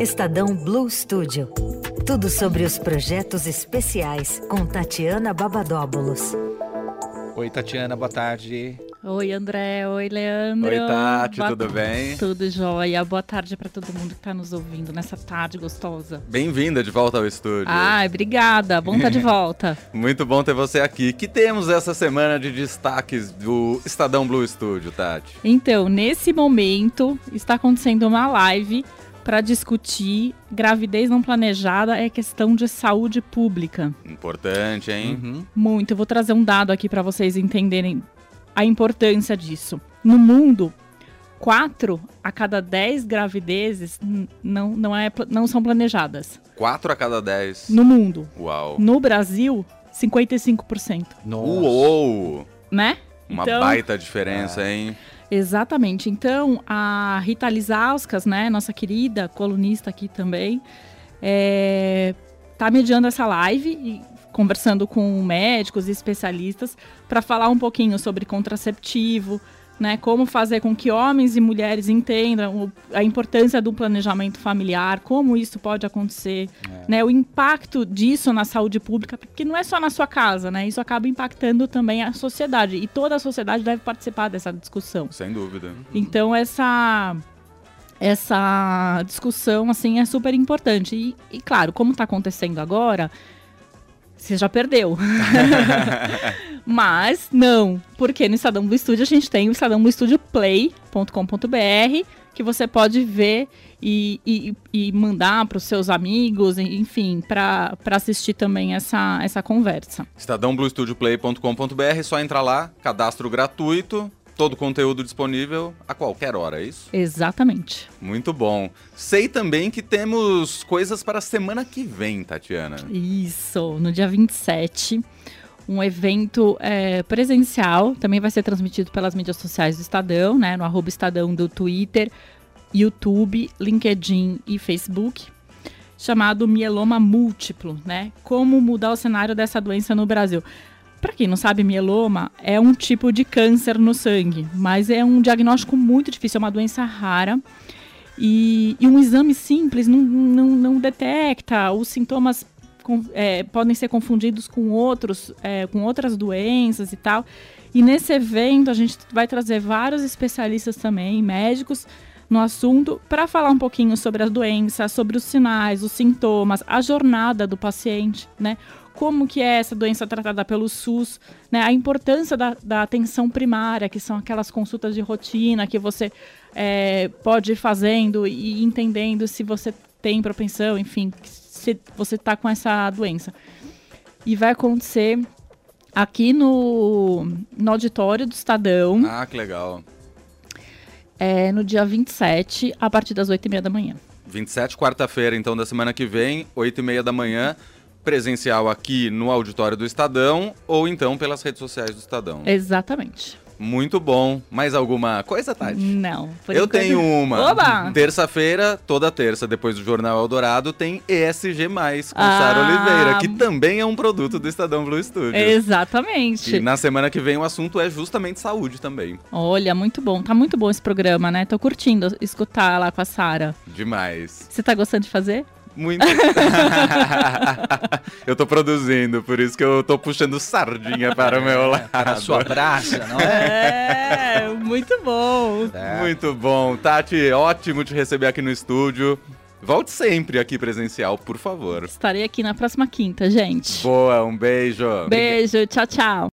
Estadão Blue Studio. Tudo sobre os projetos especiais com Tatiana Babadóbulos. Oi, Tatiana, boa tarde. Oi, André. Oi, Leandro. Oi, Tati, Boa- tudo bem? Tudo jóia. Boa tarde para todo mundo que tá nos ouvindo nessa tarde gostosa. Bem-vinda de volta ao estúdio. Ah. Ai, obrigada. Bom estar de volta. Muito bom ter você aqui. Que temos essa semana de destaques do Estadão Blue Studio, Tati? Então, nesse momento, está acontecendo uma live para discutir gravidez não planejada é questão de saúde pública. Importante, hein? Uhum. Muito. Eu vou trazer um dado aqui para vocês entenderem a importância disso. No mundo, 4 a cada 10 gravidezes n- não, não, é, pla- não são planejadas. Quatro a cada dez. No mundo. Uau. No Brasil, 55%, Uou! né? Uma Então- baita diferença, hein? Exatamente. Então, a Rita Lizauskas, né, nossa querida colunista aqui também, é, tá mediando essa live e conversando com médicos e especialistas para falar um pouquinho sobre contraceptivo, né, como fazer com que homens e mulheres entendam o- a importância do planejamento familiar, como isso pode acontecer, né, o impacto disso na saúde pública, porque não é só na sua casa, né, isso acaba impactando também a sociedade e toda a sociedade deve participar dessa discussão. Sem dúvida. Então essa essa discussão assim é super importante e, e, claro como está acontecendo agora você já perdeu. Mas não, porque no Estadão Blue Studio a gente tem o Estadão Blue Studio Play.com.br que você pode ver e, e, e mandar para os seus amigos, enfim, para assistir também essa, essa conversa. EstadãoBlueStudioPlay.com.br, só entrar lá, cadastro gratuito, todo conteúdo disponível a qualquer hora, é isso? Exatamente. Muito bom. Sei também que temos coisas para a semana que vem, Tatiana. Isso, no dia 27, um evento é, presencial, também vai ser transmitido pelas mídias sociais do Estadão, né? No arroba Estadão do Twitter, YouTube, LinkedIn e Facebook, chamado Mieloma Múltiplo, né? Como mudar o cenário dessa doença no Brasil. Para quem não sabe, mieloma é um tipo de câncer no sangue, mas é um diagnóstico muito difícil, é uma doença rara. E, e um exame simples não, não, não detecta os sintomas com- é, podem ser confundidos com outros, é, com outras doenças e tal. E nesse evento a gente vai trazer vários especialistas também, médicos, no assunto, para falar um pouquinho sobre as doenças, sobre os sinais, os sintomas, a jornada do paciente, né? Como que é essa doença tratada pelo SUS, né? A importância da, da atenção primária, que são aquelas consultas de rotina que você é, pode ir fazendo e entendendo se você tem propensão, enfim, se você tá com essa doença. E vai acontecer aqui no, no auditório do Estadão, Ah, que legal. é, no dia 27, a partir das 8h30 da manhã. 27, quarta-feira, então, da semana que vem, 8h30 da manhã, presencial aqui no auditório do Estadão ou então pelas redes sociais do Estadão. Exatamente. Muito bom. Mais alguma coisa, Tati? Não. Hum, por Eu enquanto- tenho um uma. Oba! Terça-feira, toda terça, depois do Jornal Eldorado, tem ESG+, com Ah. Sara Oliveira, que também é um produto do Estadão Blue Studio. E Exatamente. na semana que vem o assunto é justamente saúde também. Olha, muito bom. Tá muito bom esse programa, né? Tô curtindo escutar lá com a Sara. Demais. Você tá gostando de fazer? Muito. eu tô produzindo, por isso que eu tô puxando sardinha para o meu lado. Para a sua praça, não é? É, muito bom. Muito bom. Tati, ótimo te receber aqui no estúdio. Volte sempre aqui presencial, por favor. Estarei aqui na próxima quinta, gente. Boa, um beijo. Beijo, tchau, tchau.